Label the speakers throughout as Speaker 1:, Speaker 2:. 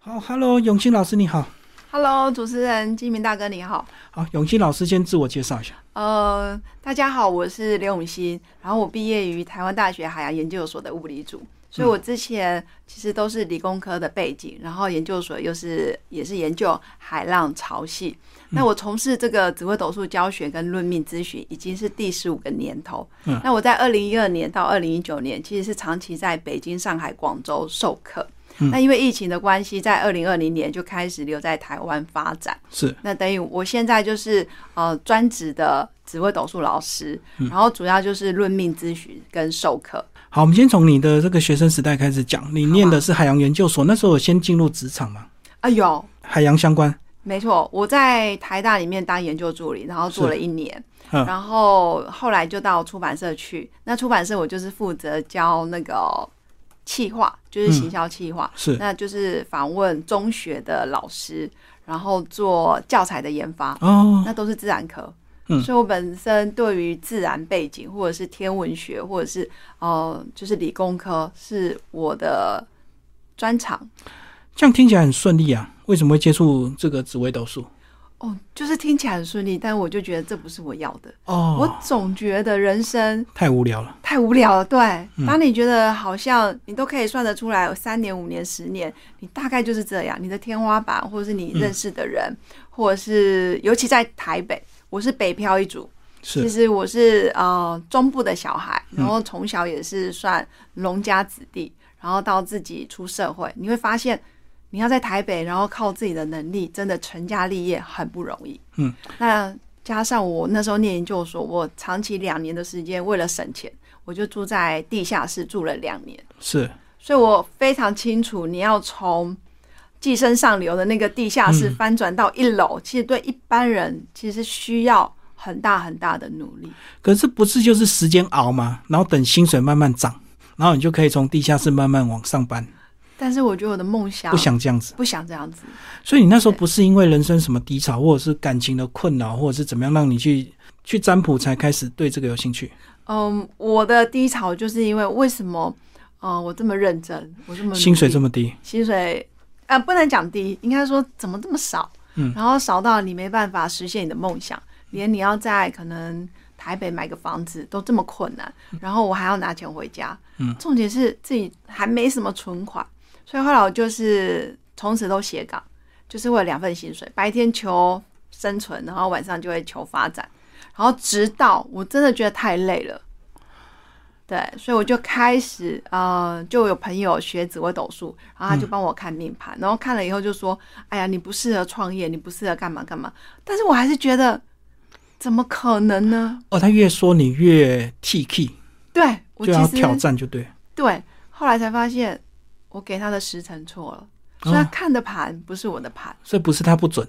Speaker 1: 好，Hello，永清老师你好。
Speaker 2: Hello，主持人金明大哥你好。
Speaker 1: 好，永清老师先自我介绍一下。
Speaker 2: 呃，大家好，我是刘永新，然后我毕业于台湾大学海洋研究所的物理组，所以我之前其实都是理工科的背景，然后研究所又是也是研究海浪潮
Speaker 1: 嗯
Speaker 2: 汐。那我从事这个紫微斗数教学跟论命咨询已经是第十五个年头。
Speaker 1: 嗯
Speaker 2: 那我在二零一二年到二零一九年，其实是长期在北京、上海、广州授课。
Speaker 1: 嗯
Speaker 2: 那因为疫情的关系，在二零二零年就开始留在台湾发展。
Speaker 1: 是，
Speaker 2: 那等于我现在就是呃专职的紫微斗数老师，然后主要就是论命咨询跟授课。
Speaker 1: 好，我们先从你的这个学生时代开始讲。你
Speaker 2: 好啊
Speaker 1: 念的是海洋研究所，那时候有先进入职场嘛？
Speaker 2: 哎呦，
Speaker 1: 海洋相关。
Speaker 2: 没错，我在台大里面当研究助理，然后做了一年，
Speaker 1: 嗯
Speaker 2: 然后后来就到出版社去。那出版社我就是负责教那个企划，就是行销企划，
Speaker 1: 是
Speaker 2: 那就是访问中学的老师，然后做教材的研发。
Speaker 1: 哦，
Speaker 2: 那都是自然科。
Speaker 1: 嗯
Speaker 2: 所以我本身对于自然背景，或者是天文学，或者是呃，就是理工科，是我的专长。
Speaker 1: 这样听起来很顺利啊。为什么会接触这个紫微斗数？
Speaker 2: 哦，就是听起来很顺利，但我就觉得这不是我要的。
Speaker 1: 哦，
Speaker 2: 我总觉得人生
Speaker 1: 太无聊了。
Speaker 2: 太无聊了。对，
Speaker 1: 嗯
Speaker 2: 当你觉得好像你都可以算得出来，三年、五年、十年，你大概就是这样。你的天花板，或者是你
Speaker 1: 嗯
Speaker 2: 认识的人，或者是尤其在台北，我是北漂一族，其
Speaker 1: 是
Speaker 2: 实我是呃中部的小孩，然后从小也是算农家子弟，然后到自己出社会，你会发现你要在台北，然后靠自己的能力，真的成家立业很不容易。
Speaker 1: 嗯，
Speaker 2: 那加上我那时候念研究所，我长期两年的时间为了省钱，我就住在地下室住了两年，
Speaker 1: 是，
Speaker 2: 所以我非常清楚你要从。寄生上流的那个地下室翻转到一楼，其实对一般人其实需要很大很大的努力。
Speaker 1: 可是不是就是时间熬嘛？然后等薪水慢慢涨，然后你就可以从地下室慢慢往上搬。
Speaker 2: 但是我觉得我的梦想
Speaker 1: 不想这样子。
Speaker 2: 不想这样子，
Speaker 1: 所以你那时候不是因为人生什么低潮，或者是感情的困扰，或者是怎么样，让你去去占卜才开始对这个有兴趣？
Speaker 2: 嗯，我的低潮就是因为为什么，呃，我这么认真，我这么努力
Speaker 1: 薪水这么低，
Speaker 2: 薪水，呃，不能讲低，应该说怎么这么少，
Speaker 1: 嗯，
Speaker 2: 然后少到你没办法实现你的梦想，连你要在可能台北买个房子都这么困难，然后我还要拿钱回家，
Speaker 1: 嗯，
Speaker 2: 重点是自己还没什么存款，所以后来我就是从此都斜杠，就是为了两份薪水，白天求生存，然后晚上就会求发展，然后直到我真的觉得太累了。对，所以我就开始，呃，就有朋友学紫微斗数，然
Speaker 1: 嗯
Speaker 2: 后他就帮我看命盘，然后看了以后就说：“哎呀，你不适合创业，你不适合干嘛干嘛。”但是我还是觉得，怎么可能呢？
Speaker 1: 哦，他越说你越 T K，
Speaker 2: 对我
Speaker 1: 就
Speaker 2: 其
Speaker 1: 要
Speaker 2: 实
Speaker 1: 挑战就对。
Speaker 2: 对，后来才发现我给他的时辰错了，所以
Speaker 1: 哦
Speaker 2: 他看的盘不是我的盘，
Speaker 1: 所以不是他不准，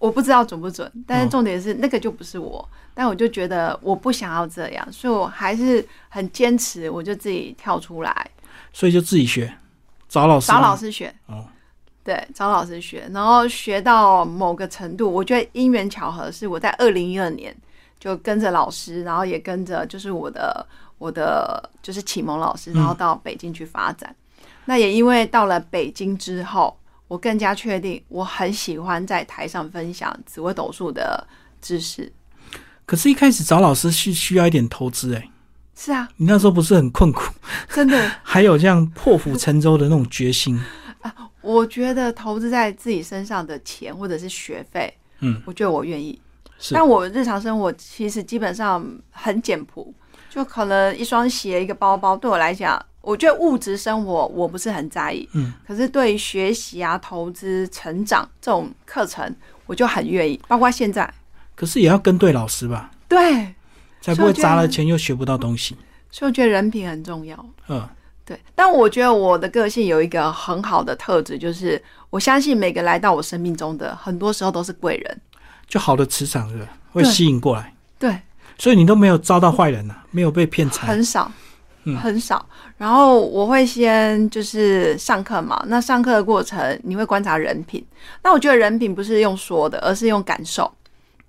Speaker 2: 我不知道准不准，但
Speaker 1: 哦
Speaker 2: 是重点是、那个就不是我，但我就觉得我不想要这样，所以我还是很坚持，我就自己跳出来
Speaker 1: 所以就自己学，找老师吗。
Speaker 2: 找老师学。
Speaker 1: 哦，
Speaker 2: 对，找老师学，然后学到某个程度，我觉得因缘巧合是我在二零一二年就跟着老师，然后也跟着就是我的我的就是启蒙老师，然后到北京去发展。那也因为到了北京之后，我更加确定我很喜欢在台上分享紫微斗数的知识。
Speaker 1: 可是，一开始找老师是需要一点投资哎、
Speaker 2: 是啊，
Speaker 1: 你那时候不是很困苦，
Speaker 2: 真的，
Speaker 1: 还有这样破釜沉舟的那种决心。
Speaker 2: 我觉得投资在自己身上的钱或者是学费，
Speaker 1: 嗯，
Speaker 2: 我觉得我愿意。
Speaker 1: 是
Speaker 2: 但我日常生活其实基本上很简朴，就可能一双鞋、一个包包，对我来讲，我觉得物质生活我不是很在意。
Speaker 1: 嗯，
Speaker 2: 可是对于学习啊、投资、成长这种课程，我就很愿意，包括现在。
Speaker 1: 可是也要跟对老师吧，
Speaker 2: 对，
Speaker 1: 才不会
Speaker 2: 所以我觉得
Speaker 1: 砸了钱又学不到东西。
Speaker 2: 所以我觉得人品很重要。
Speaker 1: 嗯，
Speaker 2: 对，但我觉得我的个性有一个很好的特质，就是我相信每个来到我生命中的，很多时候都是贵人。
Speaker 1: 就好的磁场是吧会
Speaker 2: 对
Speaker 1: 吸引过来，
Speaker 2: 对，
Speaker 1: 所以你都没有遭到坏人呐、啊没有被骗财。
Speaker 2: 很少
Speaker 1: 嗯，
Speaker 2: 很少。然后我会先就是上课嘛，那上课的过程你会观察人品。那我觉得人品不是用说的，而是用感受。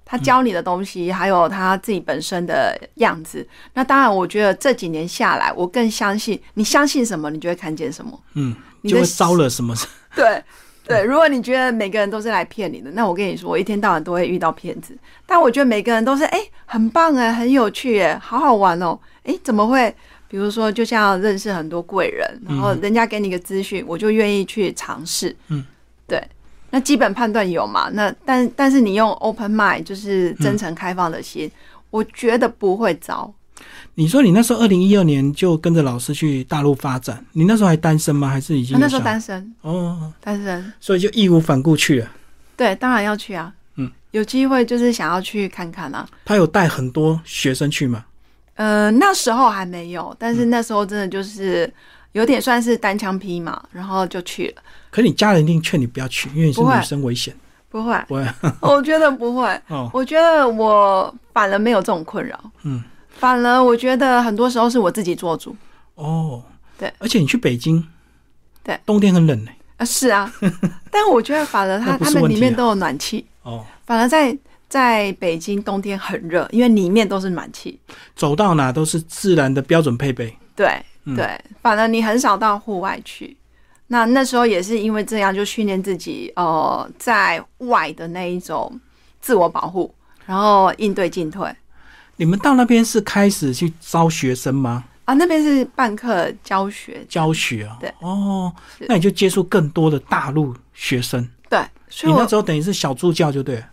Speaker 2: 他教你的东西，还有他自己本身的样子。那当然，我觉得这几年下来，我更相信你相信什么，你就会看见什么。
Speaker 1: 嗯，
Speaker 2: 你
Speaker 1: 就
Speaker 2: 的
Speaker 1: 会招了什么？
Speaker 2: 对对，如果你觉得每个人都是来骗你的，那我跟你说，我一天到晚都会遇到骗子。但我觉得每个人都是，哎、很棒哎、很有趣哎、好好玩哦、哎、怎么会？比如说，就像认识很多贵人，然后人家给你个资讯，我就愿意去尝试。
Speaker 1: 嗯，
Speaker 2: 对。那基本判断有嘛？那但但是你用 open mind，就是
Speaker 1: 嗯
Speaker 2: 真诚开放的心，我觉得不会糟。
Speaker 1: 你说你那时候二零一二年就跟着老师去大陆发展，你那时候还单身吗？还是已经有
Speaker 2: 他啊那时候
Speaker 1: 小孩
Speaker 2: 单身，
Speaker 1: 哦，
Speaker 2: 单身，
Speaker 1: 所以就义无反顾去了。
Speaker 2: 对，当然要去啊。
Speaker 1: 嗯，
Speaker 2: 有机会就是想要去看看啊。
Speaker 1: 他有带很多学生去嘛？
Speaker 2: 呃，那时候还没有，但
Speaker 1: 嗯
Speaker 2: 是那时候真的就是有点算是单枪匹马，然后就去了。
Speaker 1: 可你家人一定劝你不要去，因为你是
Speaker 2: 不会
Speaker 1: 女生危险。
Speaker 2: 不会，
Speaker 1: 我
Speaker 2: 我觉得 不会，
Speaker 1: 哦，
Speaker 2: 我觉得我反而没有这种困扰。
Speaker 1: 嗯，
Speaker 2: 反而我觉得很多时候是我自己做主。
Speaker 1: 哦，
Speaker 2: 对，
Speaker 1: 而且你去北京，
Speaker 2: 对，
Speaker 1: 冬天很冷呢、
Speaker 2: 啊，是啊，但我觉得反而
Speaker 1: 那
Speaker 2: 它
Speaker 1: 不是
Speaker 2: 他们
Speaker 1: 问题
Speaker 2: 里面
Speaker 1: 啊
Speaker 2: 都有暖气，
Speaker 1: 哦，
Speaker 2: 反而在在北京冬天很热，因为里面都是暖气。
Speaker 1: 走到哪都是自然的标准配备。
Speaker 2: 对
Speaker 1: 嗯
Speaker 2: 对，反而你很少到户外去。那那时候也是因为这样，就训练自己呃在外的那一种自我保护，然后应对进退
Speaker 1: 你们到那边是开始去招学生吗？
Speaker 2: 啊。那边是办课教学，
Speaker 1: 教学啊？
Speaker 2: 对
Speaker 1: 哦
Speaker 2: 是，
Speaker 1: 那你就接触更多的大陆学生。
Speaker 2: 对，所
Speaker 1: 你
Speaker 2: 以
Speaker 1: 那
Speaker 2: 我
Speaker 1: 时候等于是小助教就对了。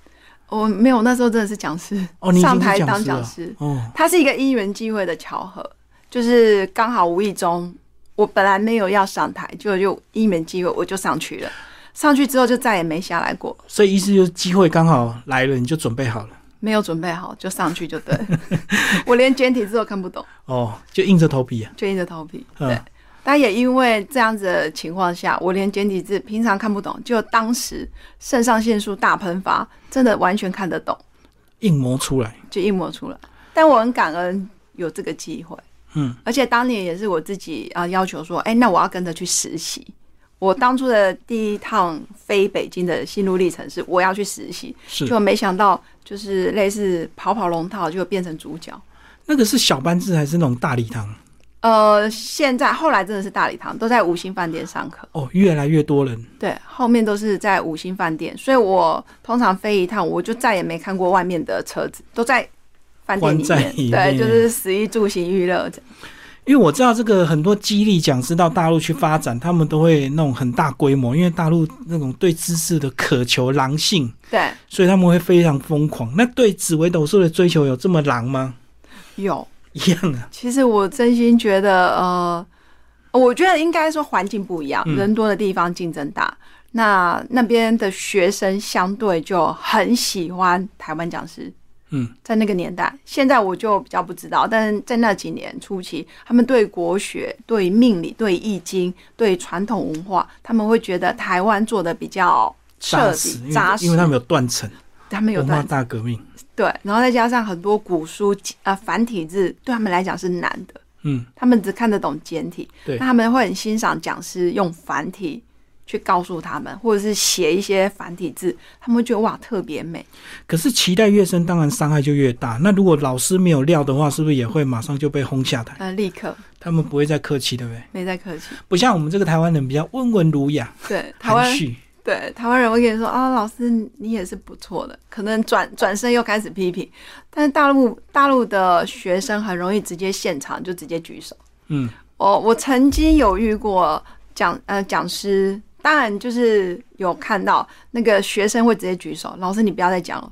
Speaker 2: 我没有那时候真的是讲师，
Speaker 1: 哦，你已
Speaker 2: 上
Speaker 1: 经
Speaker 2: 台
Speaker 1: 是讲
Speaker 2: 当
Speaker 1: 师
Speaker 2: 讲
Speaker 1: 了。
Speaker 2: 师，
Speaker 1: 哦，
Speaker 2: 它是一个因缘机会的巧合，就是刚好无意中，我本来没有要上台，就就因缘机会我就上去了，上去之后就再也没下来过，
Speaker 1: 所以意思就是机会刚好来了，你就准备好了。
Speaker 2: 没有准备好就上去就对， 我连简体字都看不懂，
Speaker 1: 哦，就硬着头皮啊。
Speaker 2: 就硬着头皮。对
Speaker 1: 嗯，
Speaker 2: 但也因为这样子的情况下，我连简体字平常看不懂，就当时肾上腺素大喷发，真的完全看得懂，
Speaker 1: 硬磨出来。
Speaker 2: 就一模出来。但我很感恩有这个机会。
Speaker 1: 嗯，
Speaker 2: 而且当年也是我自己啊、呃要求说，哎、那我要跟着去实习。我当初的第一趟飞北京的心路历程是我要去实习，
Speaker 1: 是
Speaker 2: 就没想到就是类似跑跑龙套就变成主角。
Speaker 1: 那个是小班制还是那种大礼堂？
Speaker 2: 呃，现在后来真的是大礼堂，都在五星饭店上课。
Speaker 1: 哦，越来越多人。
Speaker 2: 对，后面都是在五星饭店，所以我通常飞一趟，我就再也没看过外面的车子，都在饭店里
Speaker 1: 关在
Speaker 2: 面。
Speaker 1: 里
Speaker 2: 对，
Speaker 1: 面
Speaker 2: 就是食衣住行娱乐这样。
Speaker 1: 因为我知道这个很多激励讲师到大陆去发展，他们都会那种很大规模，因为大陆那种对知识的渴求狼性，
Speaker 2: 对，
Speaker 1: 所以他们会非常疯狂。那对紫微斗数的追求有这么狼吗？
Speaker 2: 有
Speaker 1: 一样啊，
Speaker 2: 其实我真心觉得，呃，我觉得应该说环境不一样，
Speaker 1: 嗯
Speaker 2: 人多的地方竞争大。那那边的学生相对就很喜欢台湾讲师，
Speaker 1: 嗯，
Speaker 2: 在那个年代，现在我就比较不知道，但是在那几年初期，他们对国学、对命理、对易经、对传统文化，他们会觉得台湾做的比较彻
Speaker 1: 扎实，因
Speaker 2: 底、
Speaker 1: 为
Speaker 2: 扎实，
Speaker 1: 因为他们有断层，
Speaker 2: 他们有
Speaker 1: 文化
Speaker 2: 段
Speaker 1: 大革命，
Speaker 2: 对，然后再加上很多古书啊、繁体字，对他们来讲是难的。
Speaker 1: 嗯，
Speaker 2: 他们只看得懂简体，
Speaker 1: 对
Speaker 2: 那他们会很欣赏讲师用繁体去告诉他们，或者是写一些繁体字，他们会觉得哇特别美。
Speaker 1: 可是期待越深，当然伤害就越大。那如果老师没有料的话，是不是也会马上就被轰下台？
Speaker 2: 呃，立刻
Speaker 1: 他们不会再客气，对不对？
Speaker 2: 没在客 气。
Speaker 1: 不像我们这个台湾人比较温文儒雅、
Speaker 2: 对，台
Speaker 1: 含
Speaker 2: 湾
Speaker 1: 蓄。
Speaker 2: 对台湾人会跟你说啊，老师你也是不错的，可能转转身又开始批评，但是大陆大陆的学生很容易直接现场就直接举手。
Speaker 1: 嗯，
Speaker 2: 我我曾经有遇过讲呃讲师，当然就是有看到那个学生会直接举手，老师你不要再讲了，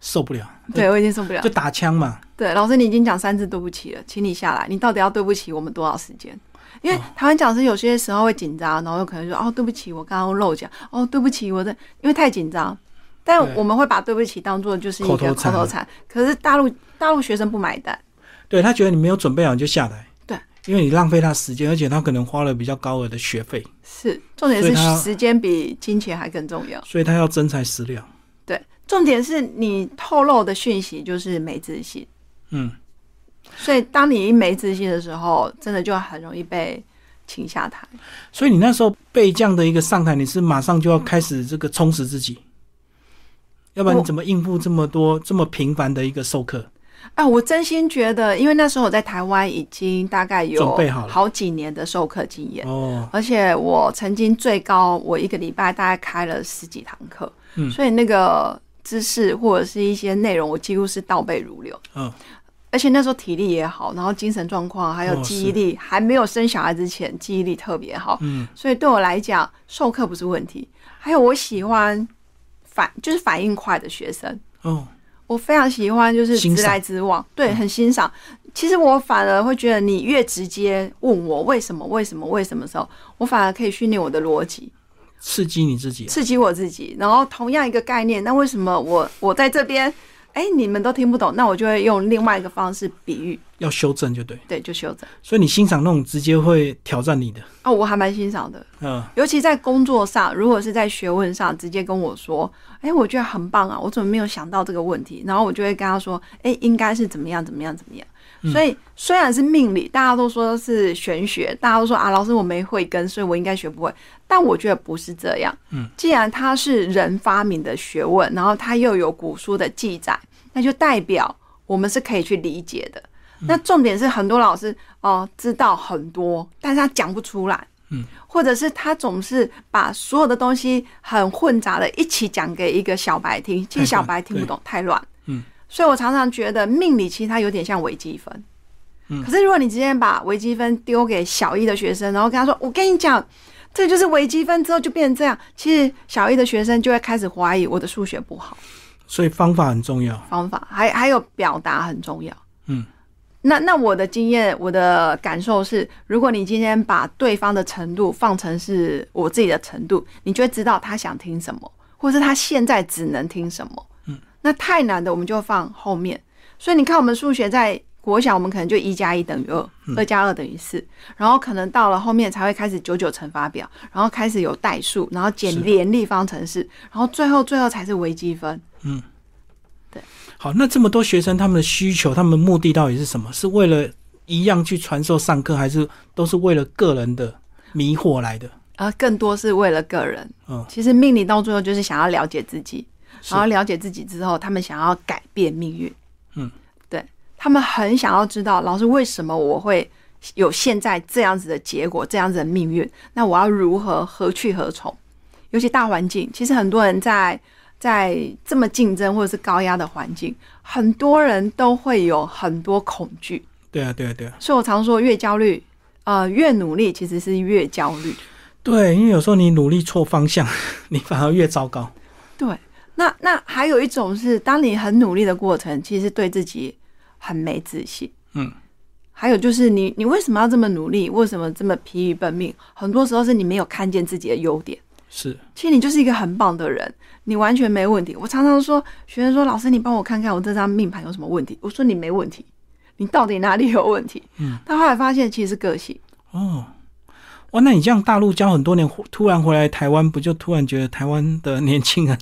Speaker 1: 受不了，
Speaker 2: 对啊我已经受不了
Speaker 1: 就。打枪嘛。
Speaker 2: 对，老师你已经讲三次对不起了，请你下来，你到底要对不起我们多少时间？因
Speaker 1: 哦
Speaker 2: 为台湾讲师有些时候会紧张，然后有可能说哦对不起，我刚刚漏讲，哦对不起，我的因为太紧张。但
Speaker 1: 对
Speaker 2: 我们会把对不起当做就是一
Speaker 1: 口
Speaker 2: 个
Speaker 1: 头
Speaker 2: 口
Speaker 1: 禅
Speaker 2: 头禅，可是大陆大陆学生不买单，
Speaker 1: 对他觉得你没有准备好你就下来，
Speaker 2: 对，
Speaker 1: 因为你浪费他时间，而且他可能花了比较高额的学费，
Speaker 2: 是重点
Speaker 1: 所以
Speaker 2: 是
Speaker 1: 他
Speaker 2: 时间比金钱还更重要。
Speaker 1: 所以他要真材实料。
Speaker 2: 对，重点是你透露的讯息就是没自信，
Speaker 1: 嗯，
Speaker 2: 所以当你一没自信的时候，真的就很容易被请下台。
Speaker 1: 所以你那时候被这样的一个上台，你是马上就要开始这个充实自己，要不然你
Speaker 2: 我
Speaker 1: 怎么应付这么多这么频繁的一个授课？
Speaker 2: 哎，我真心觉得，因为那时候我在台湾已经大概有
Speaker 1: 准备好了
Speaker 2: 好几年的授课经验，
Speaker 1: 哦，
Speaker 2: 而且我曾经最高我一个礼拜大概开了十几堂课，
Speaker 1: 嗯
Speaker 2: 所以那个知识或者是一些内容，我几乎是倒背如流。
Speaker 1: 嗯，
Speaker 2: 而且那时候体力也好，然后精神状况还有
Speaker 1: 哦
Speaker 2: 记忆力，还没有生小孩之前记忆力特别好，
Speaker 1: 嗯，
Speaker 2: 所以对我来讲授课不是问题。还有我喜欢反就是反应快的学生，
Speaker 1: 哦，
Speaker 2: 我非常喜欢就是
Speaker 1: 欣赏嗯
Speaker 2: 直来直往，对，很欣赏。其实我反而会觉得你越直接问我为什么为什么为什么的时候，我反而可以训练我的逻辑，
Speaker 1: 刺激你自己，
Speaker 2: 刺激我自己。然后同样一个概念，那为什么我我在这边，哎、你们都听不懂，那我就会用另外一个方式比喻，
Speaker 1: 要修正就对。
Speaker 2: 对，就修正。
Speaker 1: 所以你欣赏那种直接会挑战你的，
Speaker 2: 哦，我还蛮欣赏的，
Speaker 1: 嗯，
Speaker 2: 尤其在工作上，如果是在学问上，直接跟我说，哎、我觉得很棒啊，我怎么没有想到这个问题？然后我就会跟他说，哎、应该是怎么样，怎么样，怎么样。所以虽然是命理，大家都说是玄学，大家都说啊，老师我没慧根，所以我应该学不会。但我觉得不是这样。
Speaker 1: 嗯，
Speaker 2: 既然它是人发明的学问，然后它又有古书的记载，那就代表我们是可以去理解的。
Speaker 1: 嗯
Speaker 2: 那重点是很多老师哦、知道很多，但是他讲不出来。
Speaker 1: 嗯
Speaker 2: 或者是他总是把所有的东西很混杂的一起讲给一个小白听，其实小白听不懂，太乱。
Speaker 1: 嗯，
Speaker 2: 所以我常常觉得命理其实它有点像微积分。
Speaker 1: 嗯
Speaker 2: 可是如果你直接把微积分丢给小一的学生，然后跟他说：“我跟你讲，这就是微积分之后就变成这样。”其实小一的学生就会开始怀疑我的数学不好，
Speaker 1: 所以方法很重要。
Speaker 2: 方法还还有表达很重要。
Speaker 1: 嗯，
Speaker 2: 那那我的经验，我的感受是，如果你今天把对方的程度放成是我自己的程度，你就会知道他想听什么，或是他现在只能听什么。嗯，那太难的我们就放后面。所以你看，我们数学在国小，我们可能就一加一等于二，二加二等于四，然后可能到了后面才会开始九九乘法表，然后开始有代数，然后
Speaker 1: 是
Speaker 2: 简联立方程式，然后最后最后才是微积分。
Speaker 1: 好，那这么多学生，他们的需求，他们的目的到底是什么？是为了一样去传授上课，还是都是为了个人的迷惑来的？
Speaker 2: 而啊更多是为了个人。
Speaker 1: 嗯
Speaker 2: 其实命理到最后就是想要了解自己，
Speaker 1: 是
Speaker 2: 然后了解自己之后，他们想要改变命运。
Speaker 1: 嗯，
Speaker 2: 对他们很想要知道老师为什么我会有现在这样子的结果，这样子的命运，那我要如何何去何从？尤其大环境，其实很多人在在这么竞争或者是高压的环境，很多人都会有很多恐惧。
Speaker 1: 对啊，对啊，对啊，
Speaker 2: 所以我常说，越焦虑，呃，越努力，其实是越焦虑。
Speaker 1: 对，因为有时候你努力错方向， 你反而越糟糕。
Speaker 2: 对，那那还有一种是，当你很努力的过程，其实对自己很没自信。
Speaker 1: 嗯，
Speaker 2: 还有就是你，你为什么要这么努力？为什么这么疲于奔命？很多时候是你没有看见自己的优点。
Speaker 1: 是，
Speaker 2: 其实你就是一个很棒的人，你完全没问题。我常常说，学生说：“老师，你帮我看看我这张命盘有什么问题？”我说：“你没问题，你到底哪里有问题？”
Speaker 1: 嗯，
Speaker 2: 但后来发现其实是个性。
Speaker 1: 哦，哇，那你这样大陆教很多年，忽突然回来台湾，不就突然觉得台湾的年轻人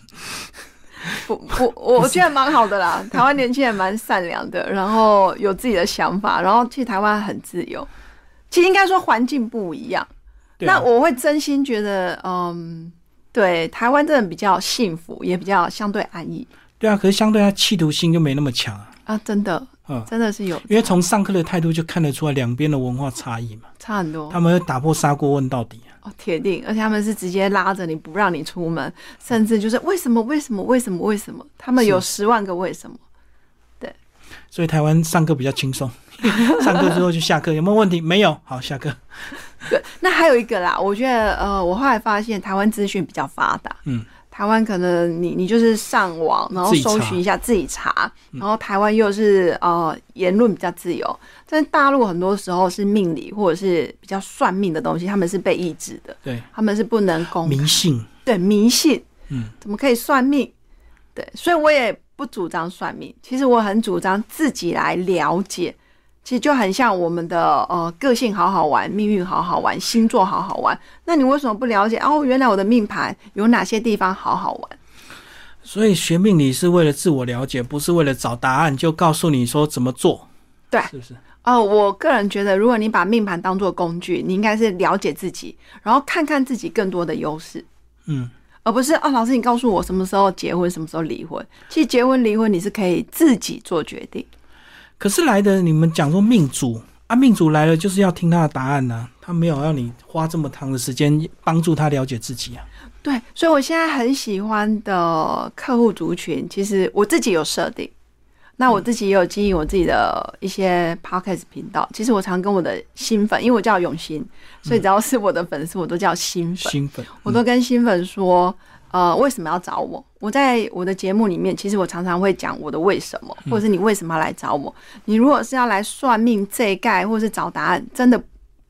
Speaker 2: 我我我觉得蛮好的啦，台湾年轻人蛮善良的，然后有自己的想法，然后去台湾很自由。其实应该说环境不一样，
Speaker 1: 对啊
Speaker 2: 那我会真心觉得，嗯，对，台湾真的比较幸福，也比较相对安逸
Speaker 1: 对啊，可是相对他企图心就没那么强啊。
Speaker 2: 啊，真的，
Speaker 1: 嗯，
Speaker 2: 真的是有
Speaker 1: 因为从上课的态度就看得出来两边的文化差异嘛，
Speaker 2: 差很多
Speaker 1: 他们会打破砂锅问到底啊。
Speaker 2: 哦，铁定，而且他们是直接拉着你不让你出门，甚至就是为什么为什么为什么为什么，他们有十万个为什么。
Speaker 1: 所以台湾上课比较轻松， 上课之后就下课，有没有问题？没有，好，下课。
Speaker 2: 对，那还有一个啦，我觉得呃，我后来发现台湾资讯比较发达，
Speaker 1: 嗯，
Speaker 2: 台湾可能你你就是上网，然后
Speaker 1: 自己查
Speaker 2: 搜寻一下自己查，嗯然后台湾又是呃言论比较自由，但是大陆很多时候是命理或者是比较算命的东西，他们是被抑制的，
Speaker 1: 对，
Speaker 2: 他们是不能公
Speaker 1: 迷信，
Speaker 2: 对迷信，
Speaker 1: 嗯，
Speaker 2: 怎么可以算命？对，所以我也不主张算命，其实我很主张自己来了解。其实就很像我们的呃个性好好玩，命运好好玩，星座好好玩。那你为什么不了解？哦，原来我的命盘有哪些地方好好玩？
Speaker 1: 所以学命理是为了自我了解，不是为了找答案，就告诉你说怎么做。
Speaker 2: 对
Speaker 1: 是不是？
Speaker 2: 哦，我个人觉得，如果你把命盘当做工具，你应该是了解自己，然后看看自己更多的优势，
Speaker 1: 嗯，
Speaker 2: 而不是哦，老师你告诉我什么时候结婚，什么时候离婚。其实结婚离婚你是可以自己做决定。
Speaker 1: 可是来的你们讲说命主啊，命主来了就是要听他的答案呐、啊他没有要你花这么长的时间帮助他了解自己啊。
Speaker 2: 对，所以我现在很喜欢的客户族群，其实我自己有设定，那我自己也有经营我自己的一些 podcast 频道。其实我常跟我的新粉，因为我叫永新，所以只要是我的粉丝，我都叫新粉。
Speaker 1: 兴奋，
Speaker 2: 我都跟新粉说，呃，为什么要找我？我在我的节目里面，其实我常常会讲我的为什么，或者是你为什么要来找我。你如果是要来算命、这一概，或是找答案，真的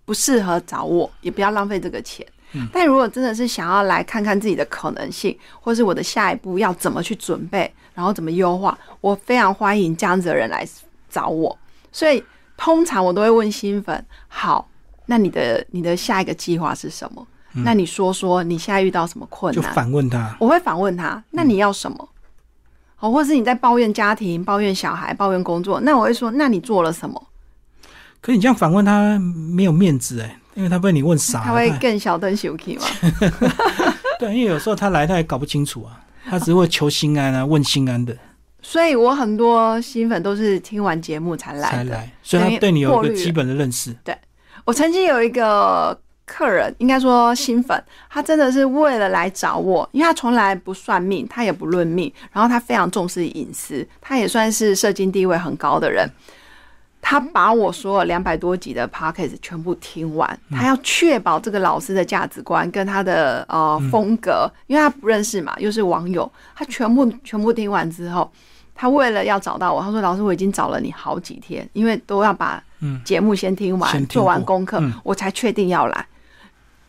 Speaker 2: 不适合找我，也不要浪费这个钱。但如果真的是想要来看看自己的可能性，或是我的下一步要怎么去准备，然后怎么优化，我非常欢迎这样子的人来找我。所以通常我都会问新粉：好，那你的你的下一个计划是什么？那你说说你现在遇到什么困
Speaker 1: 嗯就
Speaker 2: 难？
Speaker 1: 反问他，
Speaker 2: 我会反问他：那你要什么？好，或是你在抱怨家庭、抱怨小孩、抱怨工作，那我会说：那你做了什么？
Speaker 1: 可你这样反问他没有面子哎、因为他被你问傻
Speaker 2: 他
Speaker 1: 了
Speaker 2: 会。
Speaker 1: 他
Speaker 2: 更小灯小 K 吗？
Speaker 1: 对，因为有时候他来他也搞不清楚啊，他只会求心安啊，问心安的
Speaker 2: 所以我很多新粉都是听完节目才来
Speaker 1: 才
Speaker 2: 的。
Speaker 1: 来，所以
Speaker 2: 等
Speaker 1: 他
Speaker 2: 于
Speaker 1: 对你有
Speaker 2: 过
Speaker 1: 一
Speaker 2: 滤
Speaker 1: 个基本的认识。
Speaker 2: 我曾经有一个客人，应该说新粉，他真的是为了来找我，因为他从来不算命，他也不论命，然后他非常重视隐私，他也算是社经地位很高的人。他
Speaker 1: 嗯
Speaker 2: 把我所有两百多集的 p o c k e t 全部听完，
Speaker 1: 嗯
Speaker 2: 他要确保这个老师的价值观跟他的呃
Speaker 1: 嗯
Speaker 2: 风格，因为他不认识嘛，又是网友，他全部全部听完之后，他为了要找到我，他说：“老师，我已经找了你好几天，因为都要把
Speaker 1: 嗯
Speaker 2: 节目先听完，
Speaker 1: 先听
Speaker 2: 做完
Speaker 1: 过
Speaker 2: 功课，
Speaker 1: 嗯
Speaker 2: 我才确定要来。”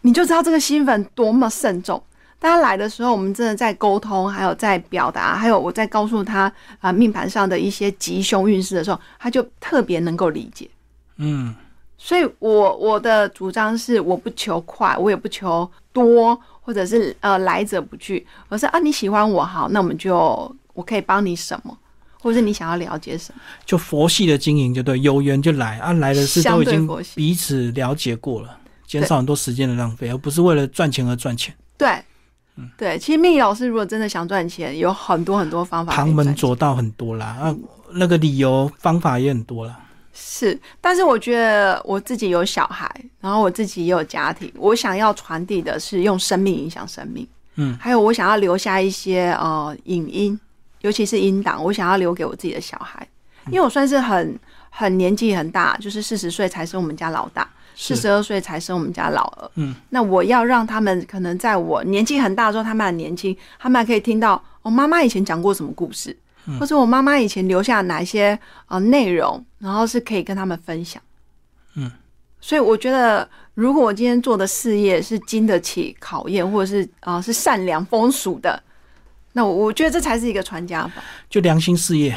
Speaker 2: 你就知道这个新粉多么慎重。大家来的时候，我们真的在沟通，还有在表达，还有我在告诉他啊、命盘上的一些吉凶运势的时候，他就特别能够理解。
Speaker 1: 嗯，
Speaker 2: 所以我我的主张是，我不求快，我也不求多，或者是呃来者不拒，而是啊你喜欢我好，那我们就我可以帮你什么，或者是你想要了解什么。
Speaker 1: 就佛系的经营就对，有缘就来啊，来的是
Speaker 2: 相
Speaker 1: 都已
Speaker 2: 对
Speaker 1: 经
Speaker 2: 佛系
Speaker 1: 彼此了解过了，减少很多时间的浪费，而不是为了赚钱而赚钱，
Speaker 2: 对，
Speaker 1: 嗯
Speaker 2: 对，其实命理老师如果真的想赚钱，有很多很多方法可以
Speaker 1: 旁门
Speaker 2: 赚钱
Speaker 1: 左道很多啦，啊，那个理由方法也很多啦。
Speaker 2: 是，但是我觉得我自己有小孩，然后我自己也有家庭，我想要传递的是用生命影响生命。
Speaker 1: 嗯，
Speaker 2: 还有我想要留下一些呃影音，尤其是音档，我想要留给我自己的小孩，因为我算是很很年纪很大，就是四十岁才生我们家老大，四十二岁才生我们家老二。
Speaker 1: 嗯，
Speaker 2: 那我要让他们可能在我年纪很大的时候，他们很年轻，他们还可以听到我妈妈以前讲过什么故事，
Speaker 1: 嗯
Speaker 2: 或者我妈妈以前留下哪一些呃内容，然后是可以跟他们分享。
Speaker 1: 嗯，
Speaker 2: 所以我觉得，如果我今天做的事业是经得起考验，或者是啊、呃是善良风俗的，那我我觉得这才是一个传家宝，
Speaker 1: 就良心事业，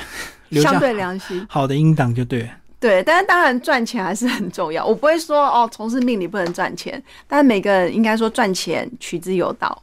Speaker 1: 留
Speaker 2: 相
Speaker 1: 下
Speaker 2: 对良心。
Speaker 1: 好的音档就对了。
Speaker 2: 对，但是当然赚钱还是很重要。我不会说哦，从事命理不能赚钱，但每个人应该说赚钱取之有道。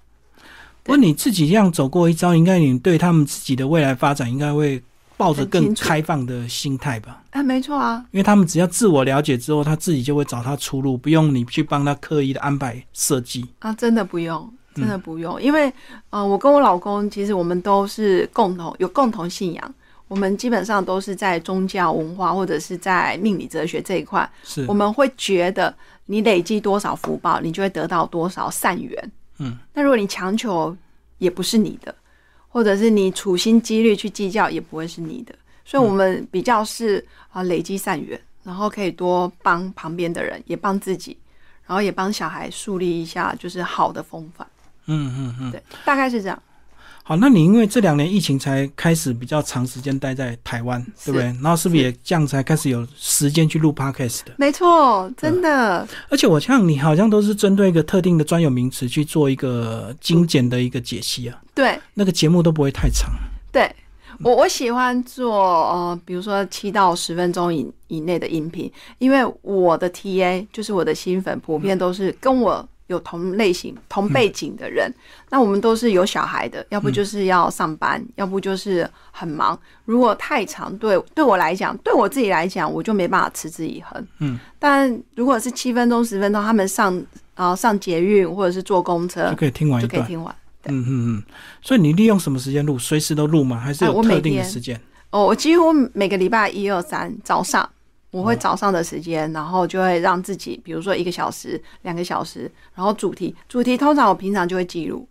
Speaker 1: 不过你自己这样走过一遭，应该你对他们自己的未来发展应该会抱着
Speaker 2: 很
Speaker 1: 更
Speaker 2: 清楚
Speaker 1: 开放的心态吧？
Speaker 2: 啊，没错啊，
Speaker 1: 因为他们只要自我了解之后，他自己就会找他出路，不用你去帮他刻意的安排设计。
Speaker 2: 啊，真的不用，真的不用，因为呃，我跟我老公其实我们都是共同有共同信仰，我们基本上都是在宗教文化或者是在命理哲学这一块，
Speaker 1: 是
Speaker 2: 我，们会觉得你累积多少福报，你就会得到多少善缘。
Speaker 1: 嗯，
Speaker 2: 那如果你强求，也不是你的，或者是你处心积虑去计较，也不会是你的。所以，我们比较是啊、累积善缘，然后可以多帮旁边的人，也帮自己，然后也帮小孩树立一下就是好的风范。
Speaker 1: 嗯嗯嗯。
Speaker 2: 对，大概是这样。
Speaker 1: 好，那你因为这两年疫情才开始比较长时间待在台湾，对不对？然后是不是也这样才开始有时间去录 podcast 的？
Speaker 2: 没错，真的，
Speaker 1: 而且我像你好像都是针对一个特定的专有名词去做一个精简的一个解析啊，
Speaker 2: 对
Speaker 1: 那个节目都不会太长。
Speaker 2: 对。
Speaker 1: 嗯
Speaker 2: 我我喜欢做呃，比如说七到十分钟以以内的音频，因为我的 TA 就是我的新粉，普
Speaker 1: 嗯
Speaker 2: 遍都是跟我有同类型、同背景的
Speaker 1: 嗯
Speaker 2: 人。那我们都是有小孩的，要不就是要上班，要不就是很忙。如果太长，对对我来讲，对我自己来讲，我就没办法持之以恒。
Speaker 1: 嗯，
Speaker 2: 但如果是七分钟、十分钟，他们上啊、上捷运或者是坐公车
Speaker 1: 就，可以听完一
Speaker 2: 呃就可以
Speaker 1: 段。
Speaker 2: 听完。
Speaker 1: 嗯嗯嗯，所以你利用什么时间录？随时都录吗？还是
Speaker 2: 哎我
Speaker 1: 有
Speaker 2: 每
Speaker 1: 特定的
Speaker 2: 天
Speaker 1: 时间？
Speaker 2: 哦，我几乎每个礼拜一二三早上，
Speaker 1: 嗯
Speaker 2: 我会早上的时间，然后就会让自己，比如说一个小时、两个小时，然后主题主题通常我平常就会记录，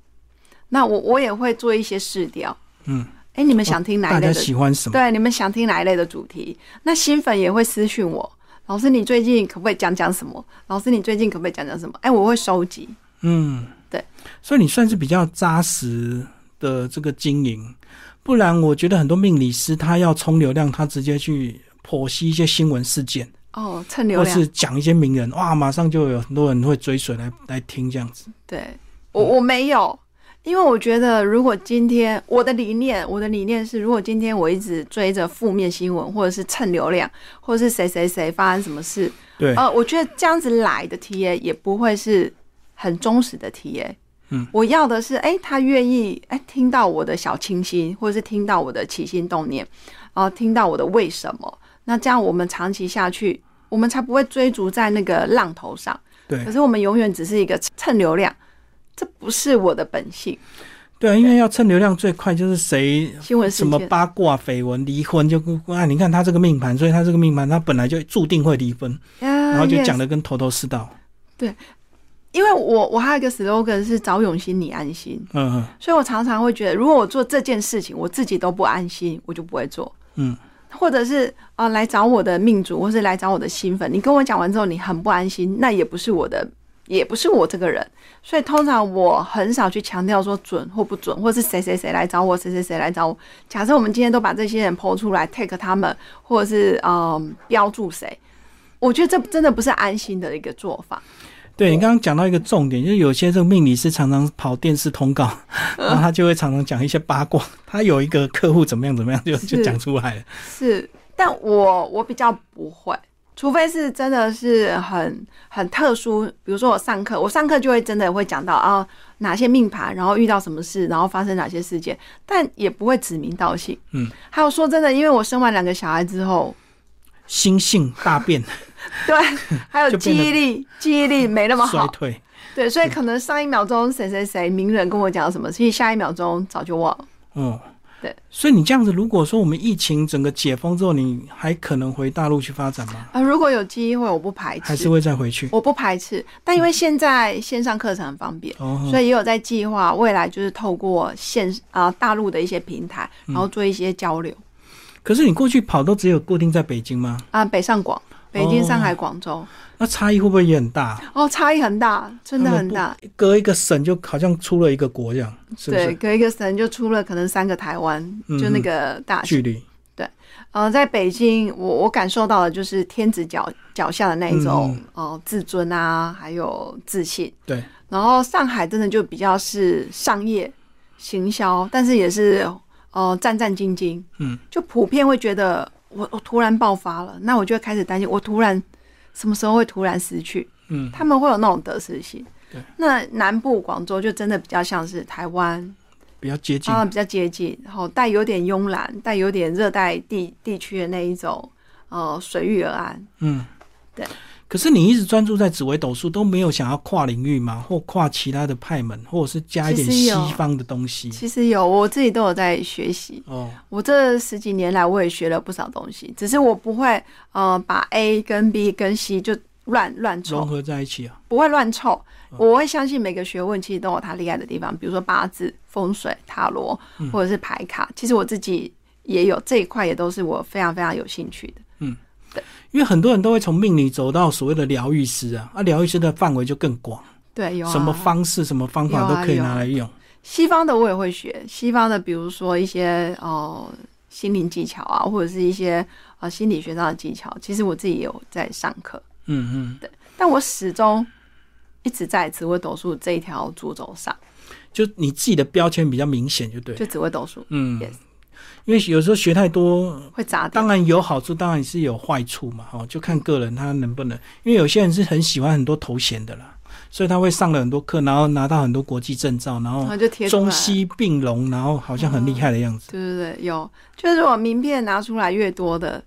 Speaker 2: 那我我也会做一些试调，
Speaker 1: 嗯，
Speaker 2: 哎，你们想听哪
Speaker 1: 大
Speaker 2: 一类
Speaker 1: 家
Speaker 2: 的
Speaker 1: 喜欢什么？
Speaker 2: 对，你们想听哪一类的主题？那新粉也会私讯我，老师你最近可不可以讲讲什么？老师你最近可不可以讲讲什么？哎、我会收集。
Speaker 1: 嗯，
Speaker 2: 对，
Speaker 1: 所以你算是比较扎实的这个经营，不然我觉得很多命理师他要冲流量，他直接去剖析一些新闻事件，
Speaker 2: 哦，蹭流
Speaker 1: 或
Speaker 2: 量。
Speaker 1: 是讲一些名人，哇，马上就有很多人会追随来来听这样子。
Speaker 2: 对我我没有，因为我觉得如果今天我的理念，我的理念是，如果今天我一直追着负面新闻，或者是蹭流量，或者是谁谁谁发生什么事，
Speaker 1: 对，
Speaker 2: 呃，我觉得这样子来的 TA 也不会是很忠实的 TA。
Speaker 1: 嗯，
Speaker 2: 我要的是，哎、他愿意，哎、听到我的小清新，或者是听到我的起心动念，然后听到我的为什么。那这样我们长期下去，我们才不会追逐在那个浪头上。
Speaker 1: 对
Speaker 2: 可是我们永远只是一个蹭流量，这不是我的本性。
Speaker 1: 对啊，因为要蹭流量最快就是谁
Speaker 2: 新闻事
Speaker 1: 什么
Speaker 2: 件，
Speaker 1: 八卦、绯闻、离婚就啊，你看他这个命盘，所以他这个命盘他本来就注定会离婚，
Speaker 2: 然
Speaker 1: 然后就讲的跟头头是道。
Speaker 2: 因为我我还有一个 slogan 是“找永新，你安心”。
Speaker 1: 嗯嗯，
Speaker 2: 所以我常常会觉得，如果我做这件事情，我自己都不安心，我就不会做。
Speaker 1: 嗯，
Speaker 2: 或者是啊、呃来找我的命主，或是来找我的新粉，你跟我讲完之后，你很不安心，那也不是我的，也不是我这个人。所以通常我很少去强调说准或不准，或是谁谁谁来找我，谁谁谁来找我。假设我们今天都把这些人剖出来，take 他们，或者是嗯、标注谁，我觉得这真的不是安心的一个做法。
Speaker 1: 对你刚刚讲到一个重点，就是有些这个命理师常常跑电视通告，
Speaker 2: 嗯
Speaker 1: 然后他就会常常讲一些八卦。他有一个客户怎么样怎么样，就就是讲出来了。
Speaker 2: 是，但我我比较不会，除非是真的是很很特殊，比如说我上课，我上课就会真的会讲到啊哪些命盘，然后遇到什么事，然后发生哪些事件，但也不会指名道姓。
Speaker 1: 嗯，
Speaker 2: 还有说真的，因为我生完两个小孩之后，
Speaker 1: 心性大变、
Speaker 2: 对，还有
Speaker 1: 就
Speaker 2: 记
Speaker 1: 变得
Speaker 2: 忆力，记忆力没那么
Speaker 1: 衰
Speaker 2: 好，
Speaker 1: 退，嗯
Speaker 2: 对，所以可能上一秒钟谁谁谁名人跟我讲什么，其实下一秒钟早就忘了。
Speaker 1: 嗯，
Speaker 2: 对。
Speaker 1: 所以你这样子，如果说我们疫情整个解封之后，你还可能回大陆去发展吗？
Speaker 2: 啊，如果有机会，我不排
Speaker 1: 还
Speaker 2: 斥
Speaker 1: 是，会再回去？
Speaker 2: 我不排斥，但因为现在线上课程很方便。
Speaker 1: 哦，
Speaker 2: 所以也有在计划未来就是透过线啊、大陆的一些平台，
Speaker 1: 嗯
Speaker 2: 然后做一些交流
Speaker 1: 可是你过去跑都只有固定在北京吗？
Speaker 2: 啊、北上广、北京、
Speaker 1: 哦
Speaker 2: 上海、广州，
Speaker 1: 那差异会不会也很大？
Speaker 2: 哦，差异很大，真的很大。
Speaker 1: 隔一个省就好像出了一个国这样，是不
Speaker 2: 对，
Speaker 1: 是？
Speaker 2: 隔一个省就出了可能三个台湾，
Speaker 1: 嗯
Speaker 2: 就那个大
Speaker 1: 距离
Speaker 2: 呃，在北京，我我感受到的就是天子脚脚下的那一种
Speaker 1: 嗯
Speaker 2: 哦、呃自尊啊，还有自信。
Speaker 1: 对，
Speaker 2: 然后上海真的就比较是商业行销，但是也是呃战战兢兢，
Speaker 1: 嗯，
Speaker 2: 就普遍会觉得我我突然爆发了，那我就会开始担心，我突然什么时候会突然失去？
Speaker 1: 嗯，
Speaker 2: 他们会有那种得失心
Speaker 1: 对。
Speaker 2: 那南部广州就真的比较像是台湾
Speaker 1: 比较接近。
Speaker 2: 啊，比较接近，然后带有点慵懒，带有点热带地地区的那一种呃随遇而安。
Speaker 1: 嗯，
Speaker 2: 对。
Speaker 1: 可是你一直专注在紫微斗数，都没有想要跨领域吗？或跨其他的派门，或者是加一点
Speaker 2: 其实
Speaker 1: 西
Speaker 2: 有
Speaker 1: 方的东西？
Speaker 2: 其实有我自己都有在学习，
Speaker 1: 哦，
Speaker 2: 我这十几年来我也学了不少东西，只是我不会呃把 A 跟 B 跟 C 就乱乱
Speaker 1: 融
Speaker 2: 凑，
Speaker 1: 合在一起啊。
Speaker 2: 不会乱凑。
Speaker 1: 嗯
Speaker 2: 我会相信每个学问其实都有它厉害的地方，比如说八字、风水、塔罗
Speaker 1: 嗯
Speaker 2: 或者是牌卡，其实我自己也有这一块，也都是我非常非常有兴趣的。
Speaker 1: 因为很多人都会从命理走到所谓的疗愈师啊，啊，疗愈师的范围就更广，
Speaker 2: 对，有、啊、
Speaker 1: 什么方式、什么方法都可以
Speaker 2: 有啊
Speaker 1: 拿来用。
Speaker 2: 西方的我也会学，西方的比如说一些哦、呃心灵技巧啊，或者是一些呃心理学上的技巧，其实我自己也有在上课，
Speaker 1: 嗯嗯，
Speaker 2: 但我始终一直在紫微斗数这一条主轴上，
Speaker 1: 就你自己的标签比较明显，就对。
Speaker 2: 就紫微斗数
Speaker 1: 嗯
Speaker 2: Yes
Speaker 1: 因为有时候学太多，
Speaker 2: 会砸掉
Speaker 1: 当。然有好处，当然是有坏处嘛，哦，就看个人他能不能，因为有些人是很喜欢很多头衔的啦，所以他会上了很多课，然后拿到很多国际证照，然
Speaker 2: 然
Speaker 1: 后
Speaker 2: 后就哦贴出来哦
Speaker 1: 中，西并融，然后好像很厉害的样子。
Speaker 2: 对对对，有，就是我名片拿出来越多的，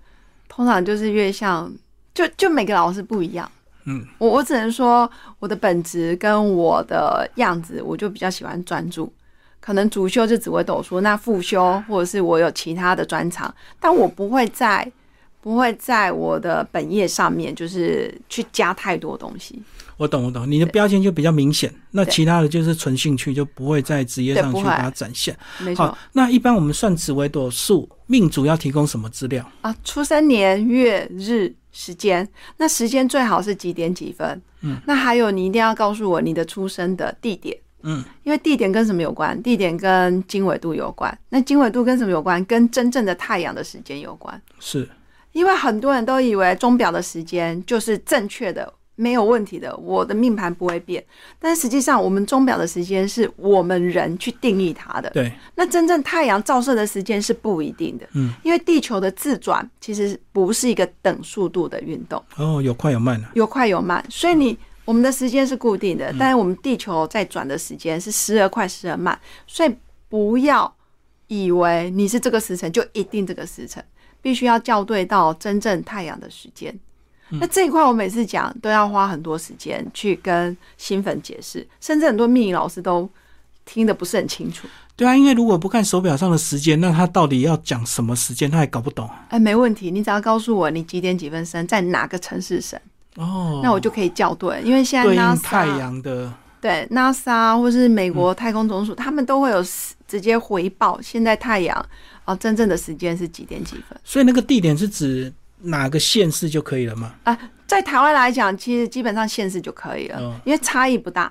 Speaker 2: 通常就是越像，就就每个老师不一样。
Speaker 1: 嗯，
Speaker 2: 我我只能说我的本职跟我的样子，我就比较喜欢专注。可能主修就只会斗数，那副修或者是我有其他的专长，但我不会在不会在我的本业上面就是去加太多东西，
Speaker 1: 我懂我懂，你的标签就比较明显，那
Speaker 2: 对
Speaker 1: 其他的就是纯兴趣，就不会在职业
Speaker 2: 对
Speaker 1: 上
Speaker 2: 不
Speaker 1: 去
Speaker 2: 会
Speaker 1: 把它展现。
Speaker 2: 没错
Speaker 1: 好，那一般我们算紫微斗数，命主要提供什么资料？
Speaker 2: 啊，出生年月日时间，那时间最好是几点几分？嗯，那还有你一定要告诉我你的出生的地点，
Speaker 1: 嗯，
Speaker 2: 因为地点跟什么有关？地点跟经纬度有关，那经纬度跟什么有关？跟真正的太阳的时间有关。
Speaker 1: 是
Speaker 2: 因为很多人都以为钟表的时间就是正确的、没有问题的，我的命盘不会变。但实际上，我们钟表的时间是我们人去定义它的。
Speaker 1: 对，
Speaker 2: 那真正太阳照射的时间是不一定的，
Speaker 1: 嗯，
Speaker 2: 因为地球的自转其实不是一个等速度的运动，
Speaker 1: 哦，有快有慢的、
Speaker 2: 有快有慢，所以你。我们的时间是固定的，但是我们地球在转的时间是时而快，时而慢，所以不要以为你是这个时辰就一定这个时辰，必须要校对到真正太阳的时间。那这一块我每次讲都要花很多时间去跟新粉解释，甚至很多命理老师都听得不是很清楚。
Speaker 1: 对啊，因为如果不看手表上的时间，那他到底要讲什么时间，他也搞不懂。啊
Speaker 2: 哎，没问题，你只要告诉我你几点几分生，在哪个城市生，
Speaker 1: 哦，
Speaker 2: 那我就可以校对。因为现在
Speaker 1: 对应
Speaker 2: NASA
Speaker 1: 太阳嗯的，
Speaker 2: 对 NASA 或是美国太空总署，他们都会有直接回报现在太阳啊真正的时间是几点几分。
Speaker 1: 所以那个地点是指哪个县市就可以了嘛？
Speaker 2: 啊在台湾来讲，其实基本上现实就可以了，
Speaker 1: 嗯
Speaker 2: 因为差异不大。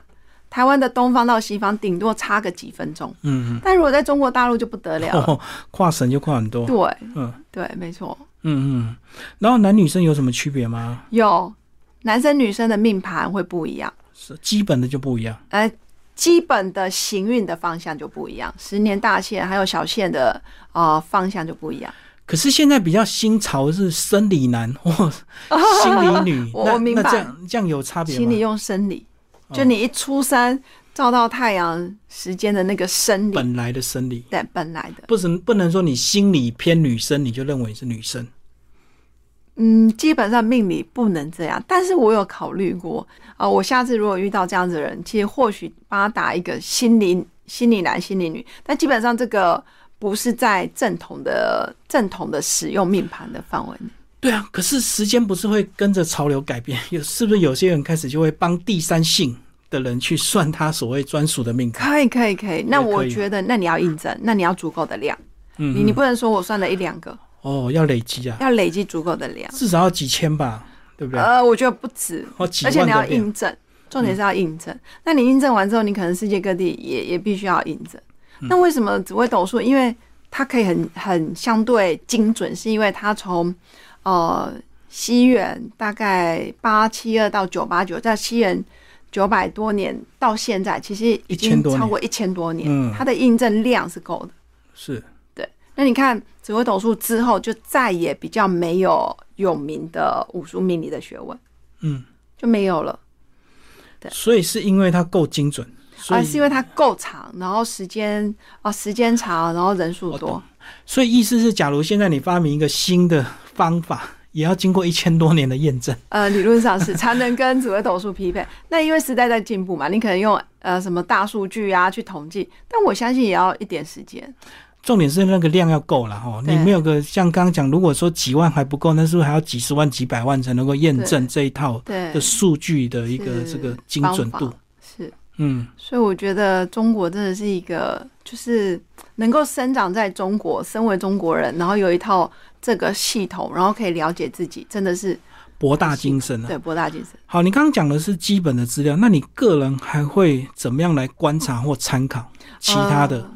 Speaker 2: 台湾的东方到西方顶多差个几分钟，
Speaker 1: 嗯，
Speaker 2: 但如果在中国大陆就不得了 了。
Speaker 1: 哦，跨省就跨很多。
Speaker 2: 对
Speaker 1: 嗯
Speaker 2: 对，没错，
Speaker 1: 嗯嗯，然后男女生有什么区别吗？
Speaker 2: 有男生女生的命盘会不一样。
Speaker 1: 是基本的就不一样。
Speaker 2: 呃，基本的行运的方向就不一样，十年大限还有小限的呃方向就不一样。
Speaker 1: 可是现在比较新潮是生理男 或心理女，
Speaker 2: 我
Speaker 1: 那
Speaker 2: 我明白
Speaker 1: 那这样这样有差别
Speaker 2: 请你
Speaker 1: 吗？
Speaker 2: 用生理，
Speaker 1: 哦
Speaker 2: 就你一出生照到太阳时间的那个生理，
Speaker 1: 本来的生理，
Speaker 2: 对，本来的，
Speaker 1: 不能不能说你心理偏女生，你就认为你是女生。
Speaker 2: 嗯，基本上命理不能这样。但是我有考虑过，啊、我下次如果遇到这样子的人，其实或许帮他打一个心理心理男、心理女，但基本上这个。不是在正统的正统的使用命盘的范围内，
Speaker 1: 对啊，可是时间不是会跟着潮流改变？有是不是有些人开始就会帮第三性的人去算他所谓专属的命盘？
Speaker 2: 可以，可以，可以。那
Speaker 1: 也可
Speaker 2: 我
Speaker 1: 以
Speaker 2: 觉得，那你要印证，那你要足够的量。
Speaker 1: 嗯，
Speaker 2: 你你不能说我算了一两个，
Speaker 1: 哦，要累积啊，
Speaker 2: 要累积足够的量。
Speaker 1: 至少要几千吧，对不对？
Speaker 2: 呃，我觉得不止，
Speaker 1: 哦，几
Speaker 2: 而
Speaker 1: 万嗯
Speaker 2: 且你要
Speaker 1: 都有
Speaker 2: 印证，重点是要印证。那你印证完之后，你可能世界各地也也必须要印证。
Speaker 1: 嗯
Speaker 2: 那为什么紫微斗数？因为它可以很很相对精准，是因为它从呃西元大概八七二到九八九，在西元九百多年到现在，其实
Speaker 1: 1000
Speaker 2: 已经
Speaker 1: 多年
Speaker 2: 超过一千多年，
Speaker 1: 嗯
Speaker 2: 它的印证量是够的。
Speaker 1: 是
Speaker 2: 那你看紫微斗数之后，就再也比较没有有名的武术命理的学问，
Speaker 1: 嗯，
Speaker 2: 就没有了，对
Speaker 1: 所以是因为它够精准，所
Speaker 2: 而
Speaker 1: 以
Speaker 2: 啊是因为它够长，然后时间啊、时间长，然后人数
Speaker 1: 我
Speaker 2: 多
Speaker 1: 懂，所以意思是，假如现在你发明一个新的方法，也要经过一千多年的验证。
Speaker 2: 呃，理论上是才能跟紫微斗数匹配。那因为时代在进步嘛，你可能用呃什么大数据啊去统计，但我相信也要一点时间。
Speaker 1: 重点是那个量要够了哈，
Speaker 2: 对
Speaker 1: 你没有个像刚刚讲，如果说几万还不够，那是不是还要几十万、几百万才能够验证这一套
Speaker 2: 对
Speaker 1: 的，数据的一个
Speaker 2: 哎是
Speaker 1: 这个精准
Speaker 2: 方
Speaker 1: 度
Speaker 2: 法？是。
Speaker 1: 嗯，
Speaker 2: 所以我觉得中国真的是一个，就是能够生长在中国，身为中国人，然后有一套这个系统，然后可以了解自己，真的是
Speaker 1: 博大精深啊。
Speaker 2: 对博大精深。
Speaker 1: 好，你刚刚讲的是基本的资料，那你个人还会怎么样来观察或参考其他的？
Speaker 2: 呃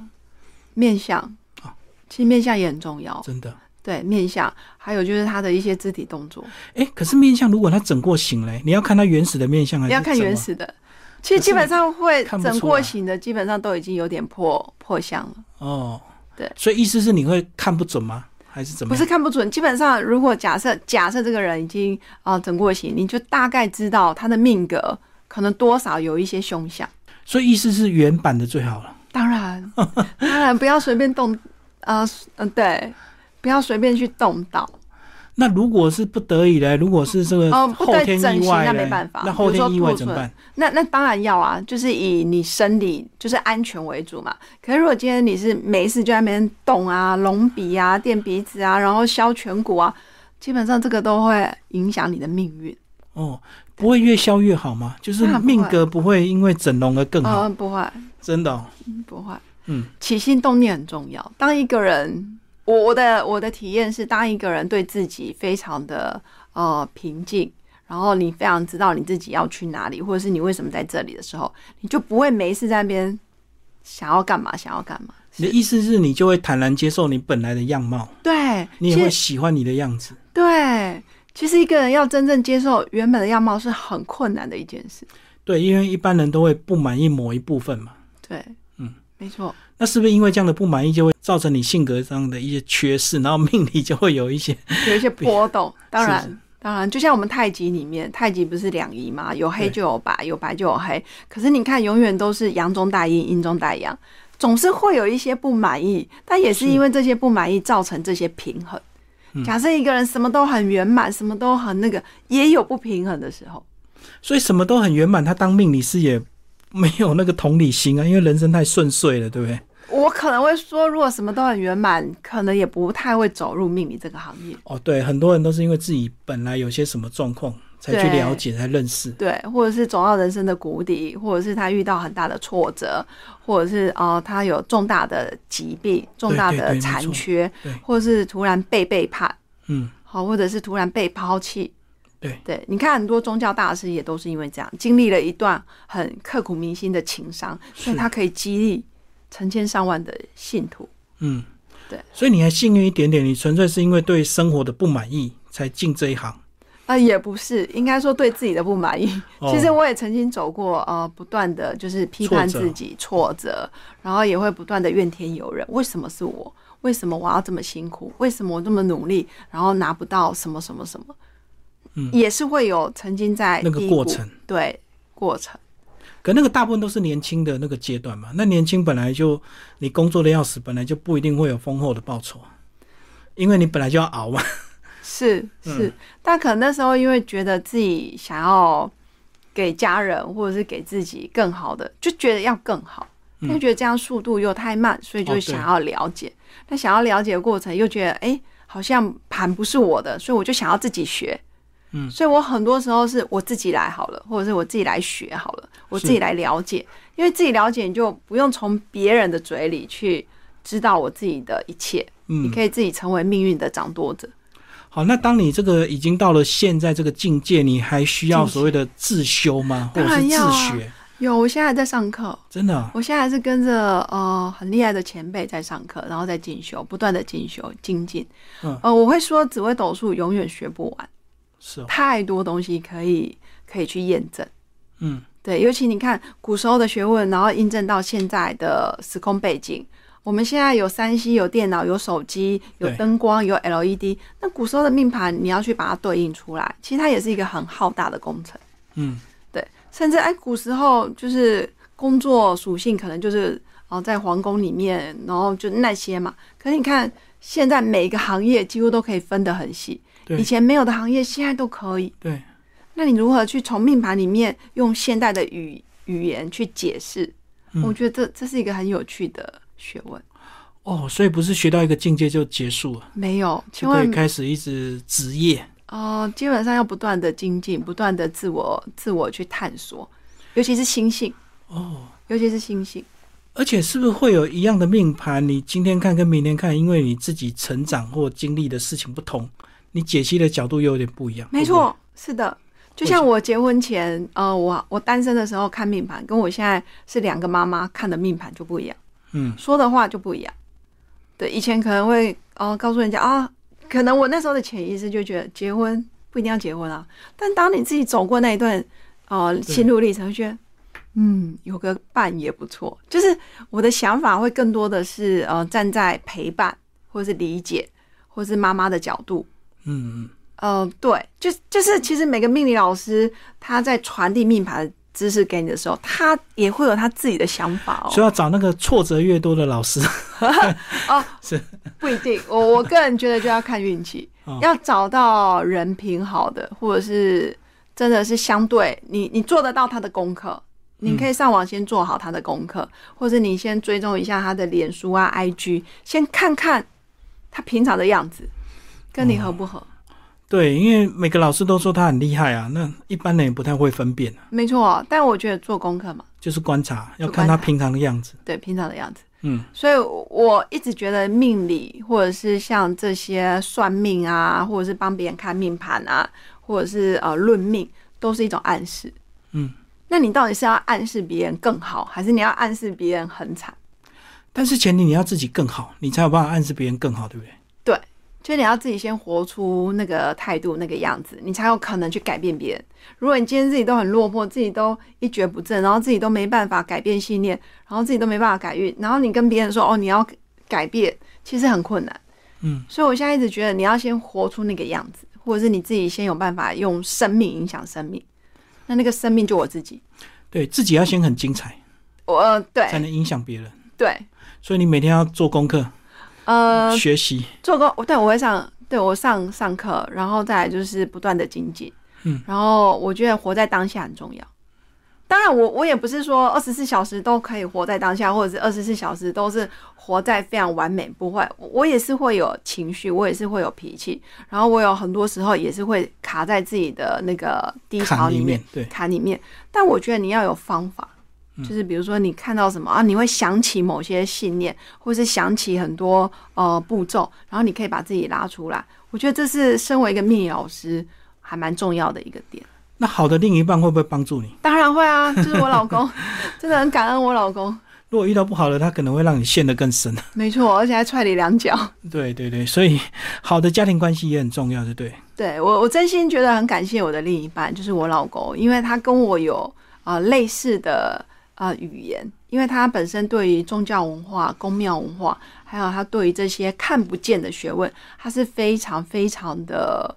Speaker 2: 面相
Speaker 1: 啊，
Speaker 2: 其实面相也很重要。
Speaker 1: 真的，
Speaker 2: 对面相，还有就是他的一些肢体动作，
Speaker 1: 哎，可是面相如果它整过形嘞，你要看它原始的面相还是
Speaker 2: 要看
Speaker 1: 怎么
Speaker 2: 原始的。其实基本上会
Speaker 1: 看不出来
Speaker 2: 整过型的，基本上都已经有点破破相了。
Speaker 1: 哦，
Speaker 2: 对，
Speaker 1: 所以意思是你会看不准吗？还是怎么
Speaker 2: 不
Speaker 1: 样？
Speaker 2: 是看不准，基本上如果假设假设这个人已经啊、呃整过型，你就大概知道他的命格可能多少有一些凶相。
Speaker 1: 所以意思是原版的最好了。
Speaker 2: 当然，呃当然不要随便动，啊、呃，嗯，对，不要随便去动到。
Speaker 1: 那如果是不得已嘞，如果是这个
Speaker 2: 哦不
Speaker 1: 后
Speaker 2: 得
Speaker 1: 天
Speaker 2: 整
Speaker 1: 意
Speaker 2: 形
Speaker 1: 外
Speaker 2: 那
Speaker 1: 嘞
Speaker 2: 没办法
Speaker 1: 那后
Speaker 2: 比如
Speaker 1: 天
Speaker 2: 说
Speaker 1: 意外
Speaker 2: 破
Speaker 1: 怎么
Speaker 2: 损
Speaker 1: 办？
Speaker 2: 那那当然要啊，就是以你生理就是安全为主嘛。可是如果今天你是没事就在那边动啊、隆鼻啊、垫鼻子啊，然后削颧骨啊，基本上这个都会影响你的命运。
Speaker 1: 哦，不会越消越好吗？就是
Speaker 2: 当然不
Speaker 1: 命
Speaker 2: 会
Speaker 1: 格不会因为整容而更好，
Speaker 2: 嗯，不会，
Speaker 1: 真的、哦。
Speaker 2: 不会。
Speaker 1: 嗯，
Speaker 2: 起心动念很重要。当一个人，我我的我的体验是，当一个人对自己非常的呃平静，然后你非常知道你自己要去哪里，或者是你为什么在这里的时候，你就不会没事在那边想要干嘛想要干嘛。
Speaker 1: 你的意思是你就会坦然接受你本来的样貌，
Speaker 2: 对，
Speaker 1: 你也
Speaker 2: 其
Speaker 1: 会
Speaker 2: 实
Speaker 1: 喜欢你的样子。
Speaker 2: 对。其实一个人要真正接受原本的样貌是很困难的一件事。
Speaker 1: 对，因为一般人都会不满意某一部分嘛。
Speaker 2: 对，
Speaker 1: 嗯，
Speaker 2: 没错。
Speaker 1: 那是不是因为这样的不满意，就会造成你性格上的一些缺失，然后命里就会有一些
Speaker 2: 有一些波动。当然，
Speaker 1: 是
Speaker 2: 当然，就像我们太极里面，太极不是两仪嘛，有黑就有白，有白就有黑。可是你看，永远都是阳中带阴，阴中带阳，总是会有一些不满意，但也是因为这些不满意造成这些平衡。
Speaker 1: 嗯
Speaker 2: 假设一个人什么都很圆满，什么都很那个，也有不平衡的时候。
Speaker 1: 所以什么都很圆满，他当命理师也没有那个同理心啊，因为人生太顺遂了，对不对？
Speaker 2: 我可能会说，如果什么都很圆满，可能也不太会走入命理这个行业。
Speaker 1: 哦，对，很多人都是因为自己本来有些什么状况，才去
Speaker 2: 对
Speaker 1: 了解，才认识。
Speaker 2: 对，或者是走到人生的谷底，或者是呃他遇到很大的挫折，或者是哦、呃他有重大的疾病、重大
Speaker 1: 对对
Speaker 2: 的
Speaker 1: 没
Speaker 2: 残
Speaker 1: 错
Speaker 2: 缺
Speaker 1: 对，
Speaker 2: 或者是突然被背叛，
Speaker 1: 嗯，
Speaker 2: 好，或者是突然被抛弃。
Speaker 1: 对
Speaker 2: 对，你看很多宗教大师也都是因为这样，经历了一段很刻骨铭心的情伤，所以
Speaker 1: 是
Speaker 2: 他可以激励成千上万的信徒。
Speaker 1: 嗯，
Speaker 2: 对。
Speaker 1: 所以你还幸运一点点，你纯粹是因为对生活的不满意才进这一行。
Speaker 2: 啊、也不是，应该说对自己的不满意。
Speaker 1: 哦
Speaker 2: 其实我也曾经走过呃，不断的就是批判
Speaker 1: 挫折
Speaker 2: 自己、挫折，然后也会不断的怨天尤人，为什么是我？为什么我要这么辛苦？为什么我这么努力，然后拿不到什么什么什么？
Speaker 1: 嗯
Speaker 2: 也是会有曾经在
Speaker 1: 那个
Speaker 2: 低
Speaker 1: 过
Speaker 2: 谷
Speaker 1: 程，
Speaker 2: 对过程，
Speaker 1: 可那个大部分都是年轻的那个阶段嘛，那年轻本来就你工作的要死，本来就不一定会有丰厚的报酬，因为你本来就要熬 嘛。
Speaker 2: 是
Speaker 1: 嗯
Speaker 2: 是，但可能那时候因为觉得自己想要给家人或者是给自己更好的，就觉得要更好，
Speaker 1: 嗯
Speaker 2: 但就觉得这样速度又太慢，所以
Speaker 1: 哦
Speaker 2: 就
Speaker 1: 对
Speaker 2: 想要了解。但想要了解的过程又觉得，哎、好像盘不是我的，所以我就想要自己学。
Speaker 1: 嗯
Speaker 2: 所以我很多时候是我自己来好了，或者是我自己来学好了，我自己来了解，因为自己了解你就不用从别人的嘴里去知道我自己的一切，你
Speaker 1: 嗯，
Speaker 2: 可以自己成为命运的掌舵者。
Speaker 1: 好，那当你这个已经到了现在这个境界，你还需要
Speaker 2: 境界
Speaker 1: 所谓的自修吗？或
Speaker 2: 当
Speaker 1: 者是
Speaker 2: 然
Speaker 1: 自
Speaker 2: 要啊
Speaker 1: 学？
Speaker 2: 有，我现在还在上课，
Speaker 1: 真的啊、
Speaker 2: 我现在还是跟着呃很厉害的前辈在上课，然后在进修，不断的进修精进。
Speaker 1: 嗯
Speaker 2: 呃，我会说紫微斗数永远学不完，
Speaker 1: 是哦，
Speaker 2: 太多东西可以可以去验证。
Speaker 1: 嗯，
Speaker 2: 对，尤其你看古时候的学问，然后印证到现在的时空背景。我们现在有三 C，有电脑，有手机，有
Speaker 1: 对
Speaker 2: 灯光，有 LED。那古时候的命盘，你要去把它对应出来，其实它也是一个很浩大的工程。
Speaker 1: 嗯，
Speaker 2: 对，甚至哎，古时候就是工作属性可能就是哦，在皇宫里面，然后就那些嘛。可是你看，现在每一个行业几乎都可以分得很细，
Speaker 1: 对
Speaker 2: 以前没有的行业现在都可以。
Speaker 1: 对，
Speaker 2: 那你如何去从命盘里面用现代的语语言去解释？
Speaker 1: 嗯
Speaker 2: 我觉得这这是一个很有趣的学问。
Speaker 1: 哦，所以不是学到一个境界就结束了，
Speaker 2: 没有，千
Speaker 1: 就可
Speaker 2: 万
Speaker 1: 以开始一直职业。
Speaker 2: 哦、基本上要不断的精进，不断的自我自我去探索，尤其是心性，
Speaker 1: 哦，
Speaker 2: 尤其是心性。
Speaker 1: 而且是不是会有一样的命盘？你今天看跟明天看，因为你自己成长或经历的事情不同，你解析的角度又有点不一样。
Speaker 2: 没
Speaker 1: 对不
Speaker 2: 错，是的。就像我结婚前，呃，我我单身的时候看命盘，跟我现在是两个妈妈看的命盘就不一样，
Speaker 1: 对，嗯，
Speaker 2: 说的话就不一样。对，以前可能会呃告诉人家啊，可能我那时候的潜意识就觉得结婚不一定要结婚啊，但当你自己走过那一段呃心路历程，就觉得嗯有个伴也不错。就是我的想法会更多的是呃站在陪伴或是理解或是妈妈的角度，
Speaker 1: 嗯嗯，
Speaker 2: 嗯，对，就就是其实每个命理老师他在传递命盘知识给你的时候，他也会有他自己的想法
Speaker 1: 所以
Speaker 2: 哦。
Speaker 1: 要找那个挫折越多的老师。
Speaker 2: 哦，
Speaker 1: 是
Speaker 2: 不一定，我我个人觉得就要看运气。
Speaker 1: 哦
Speaker 2: 要找到人品好的，或者是真的是相对你你做得到他的功课，你可以上网先做好他的功课，或者你先追踪一下他的脸书啊、IG，先看看他平常的样子，跟你合不合。
Speaker 1: 对，因为每个老师都说他很厉害啊，那一般人也不太会分辨啊，
Speaker 2: 没错，哦但我觉得做功课嘛，
Speaker 1: 就是观察，要
Speaker 2: 就
Speaker 1: 看
Speaker 2: 观
Speaker 1: 他
Speaker 2: 察
Speaker 1: 平常的样子。
Speaker 2: 对平常的样子。
Speaker 1: 嗯，
Speaker 2: 所以我一直觉得命理，或者是像这些算命啊，或者是帮别人看命盘啊，或者是呃论命，都是一种暗示。
Speaker 1: 嗯，
Speaker 2: 那你到底是要暗示别人更好，还是你要暗示别人很惨？
Speaker 1: 但是前提你要自己更好，你才有办法暗示别人更好，对不对？
Speaker 2: 就你要自己先活出那个态度、那个样子，你才有可能去改变别人。如果你今天自己都很落魄，自己都一蹶不振，然后自己都没办法改变信念，然后自己都没办法改运，然后你跟别人说哦你要改变，其实很困难。
Speaker 1: 嗯，
Speaker 2: 所以我现在一直觉得你要先活出那个样子，或者是你自己先有办法用生命影响生命。那那个生命就我自己，
Speaker 1: 对自己要先很精彩，
Speaker 2: 我、呃、
Speaker 1: 才
Speaker 2: 对
Speaker 1: 能影响别人。
Speaker 2: 对
Speaker 1: 所以你每天要做功课、
Speaker 2: 呃
Speaker 1: 学习，
Speaker 2: 做工，我对我会上，对我上上课，然后再来就是不断的精进，
Speaker 1: 嗯，
Speaker 2: 然后我觉得活在当下很重要。当然我，我也不是说二十四小时都可以活在当下，或者是二十四小时都是活在非常完美，不会，我也是会有情绪，我也是会有脾气，然后我有很多时候也是会卡在自己的那个低潮
Speaker 1: 看
Speaker 2: 里
Speaker 1: 里
Speaker 2: 面，
Speaker 1: 面，对，
Speaker 2: 卡里面。但我觉得你要有方法，就是比如说你看到什么啊，你会想起某些信念，或是想起很多呃步骤，然后你可以把自己拉出来。我觉得这是身为一个命理老师还蛮重要的一个点。
Speaker 1: 那好的另一半会不会帮助你？
Speaker 2: 当然会啊，就是我老公，真的很感恩我老公，
Speaker 1: 如果遇到不好的，他可能会让你陷得更深。
Speaker 2: 没错，而且还踹你两脚。
Speaker 1: 对对对，所以好的家庭关系也很重要，对不对？
Speaker 2: 对我，我真心觉得很感谢我的另一半，就是我老公，因为他跟我有啊、呃类似的啊、呃语言，因为他本身对于宗教文化、宫庙文化，还有他对于这些看不见的学问，他是非常非常的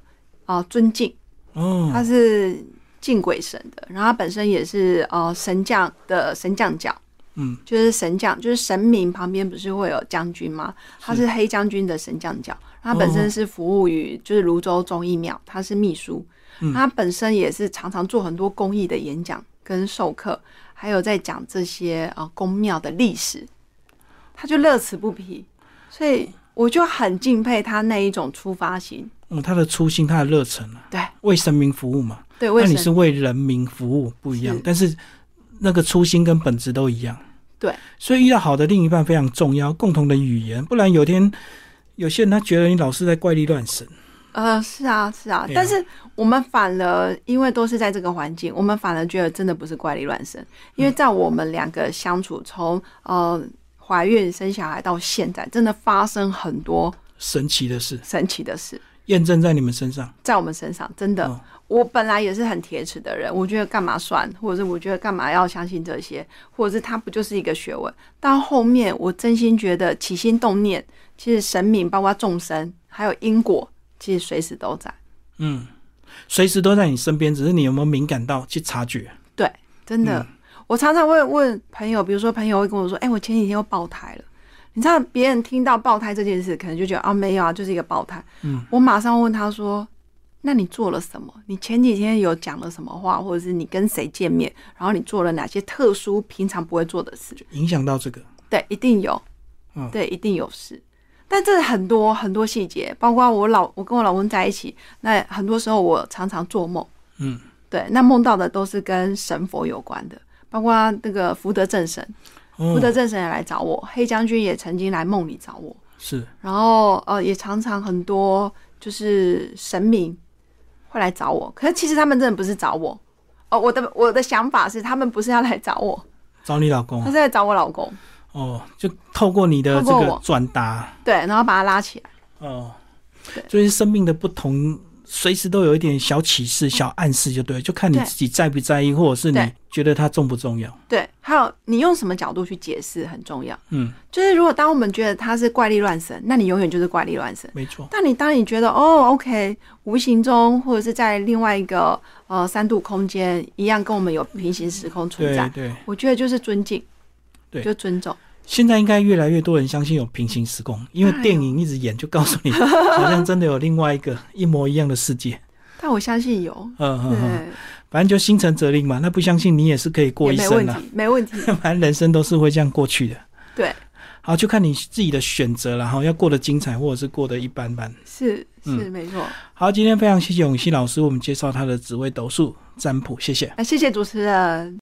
Speaker 2: 啊、呃尊敬，
Speaker 1: 哦，
Speaker 2: 他是敬鬼神的，然后他本身也是呃神将的神将教，
Speaker 1: 嗯，
Speaker 2: 就是神将，就是神明旁边不是会有将军吗？他是黑将军的神将教，他本身是服务于就是泸州中义庙，他是秘书，
Speaker 1: 嗯
Speaker 2: 他本身也是常常做很多公益的演讲跟授课，还有在讲这些呃宫庙的历史，他就乐此不疲，所以我就很敬佩他那一种出发心，
Speaker 1: 哦，他的初心，他的热忱啊，
Speaker 2: 对
Speaker 1: 为神明服务嘛。
Speaker 2: 对，为
Speaker 1: 那
Speaker 2: 什
Speaker 1: 你
Speaker 2: 么？
Speaker 1: 是为人民服务不一样
Speaker 2: 是，
Speaker 1: 但是那个初心跟本质都一样。
Speaker 2: 对，
Speaker 1: 所以遇到好的另一半非常重要，共同的语言，不然有天有些人他觉得你老是在怪力乱神。
Speaker 2: 呃，是啊，是啊，
Speaker 1: 对啊
Speaker 2: 但是我们反而因为都是在这个环境，我们反而觉得真的不是怪力乱神，因为在我们两个相处，从呃怀孕生小孩到现在，真的发生很多
Speaker 1: 神奇的事，
Speaker 2: 神奇的事
Speaker 1: 验证在你们身上。
Speaker 2: 在我们身上，真的。
Speaker 1: 哦
Speaker 2: 我本来也是很铁齿的人，我觉得干嘛算，或者是我觉得干嘛要相信这些，或者是它不就是一个学问？到后面，我真心觉得起心动念，其实神明包括众生，还有因果，其实随时都在。
Speaker 1: 嗯，随时都在你身边，只是你有没有敏感到去察觉？
Speaker 2: 真的，我常常会问朋友，比如说朋友会跟我说：“哎、我前几天又爆胎了。”你知道别人听到爆胎这件事，可能就觉得啊没有啊，就是一个爆胎。
Speaker 1: 嗯，
Speaker 2: 我马上问他说：“那你做了什么？你前几天有讲了什么话，或者是你跟谁见面，然后你做了哪些特殊平常不会做的事
Speaker 1: 影响到这个，？”
Speaker 2: 对，一定有，
Speaker 1: 嗯
Speaker 2: 对，一定有事。但这很多很多细节，包括我老我跟我老公在一起，那很多时候我常常做梦。
Speaker 1: 嗯，
Speaker 2: 对，那梦到的都是跟神佛有关的，包括那个福德正神，福
Speaker 1: 哦，
Speaker 2: 德正神也来找我，黑将军也曾经来梦里找我，
Speaker 1: 是
Speaker 2: 然后呃，也常常很多就是神明会来找我，可是其实他们真的不是找我，哦，我的我的想法是他们不是要来找我，
Speaker 1: 找你老公
Speaker 2: 他
Speaker 1: 啊
Speaker 2: 是来找我老公，
Speaker 1: 哦，就透过你的这
Speaker 2: 嗯透过
Speaker 1: 个
Speaker 2: 我
Speaker 1: 转达
Speaker 2: 对，然后把他拉起来，
Speaker 1: 哦
Speaker 2: 对，
Speaker 1: 就是生命的不同，随时都有一点小启示、小暗示，就对，就看你
Speaker 2: 嗯对
Speaker 1: 自己在不在意，或者是你
Speaker 2: 对
Speaker 1: 觉得它重不重要。
Speaker 2: 对，还有你用什么角度去解释很重要，
Speaker 1: 嗯，
Speaker 2: 就是如果当我们觉得他是怪力乱神，那你永远就是怪力乱神。
Speaker 1: 没错，
Speaker 2: 但你当你觉得哦，OK，无形中或者是在另外一个呃三度空间一样，跟我们有平行时空存
Speaker 1: 对
Speaker 2: 在，
Speaker 1: 对。
Speaker 2: 我觉得就是尊敬，
Speaker 1: 对
Speaker 2: 就尊重，
Speaker 1: 现在应该越来越多人相信有平行时空，因为电
Speaker 2: 哎
Speaker 1: 影一直演就告诉 你，好像真的有另外一个一模一样的世界。
Speaker 2: 但我相信有，
Speaker 1: 嗯嗯嗯，
Speaker 2: 对，
Speaker 1: 反正就心诚则灵嘛。那不相信你也是可以过
Speaker 2: 也
Speaker 1: 一
Speaker 2: 没
Speaker 1: 生
Speaker 2: 问
Speaker 1: 啊，
Speaker 2: 题，没问题。
Speaker 1: 反正人生都是会这样过去的。
Speaker 2: 对，
Speaker 1: 好，就看你自己的选择了哈，要过得精彩或者是过得一般般。
Speaker 2: 是是
Speaker 1: 嗯
Speaker 2: 没错。
Speaker 1: 好，今天非常谢谢永熙老师，我们介绍他的紫微斗数占卜，谢谢。
Speaker 2: 哎那谢谢主持人。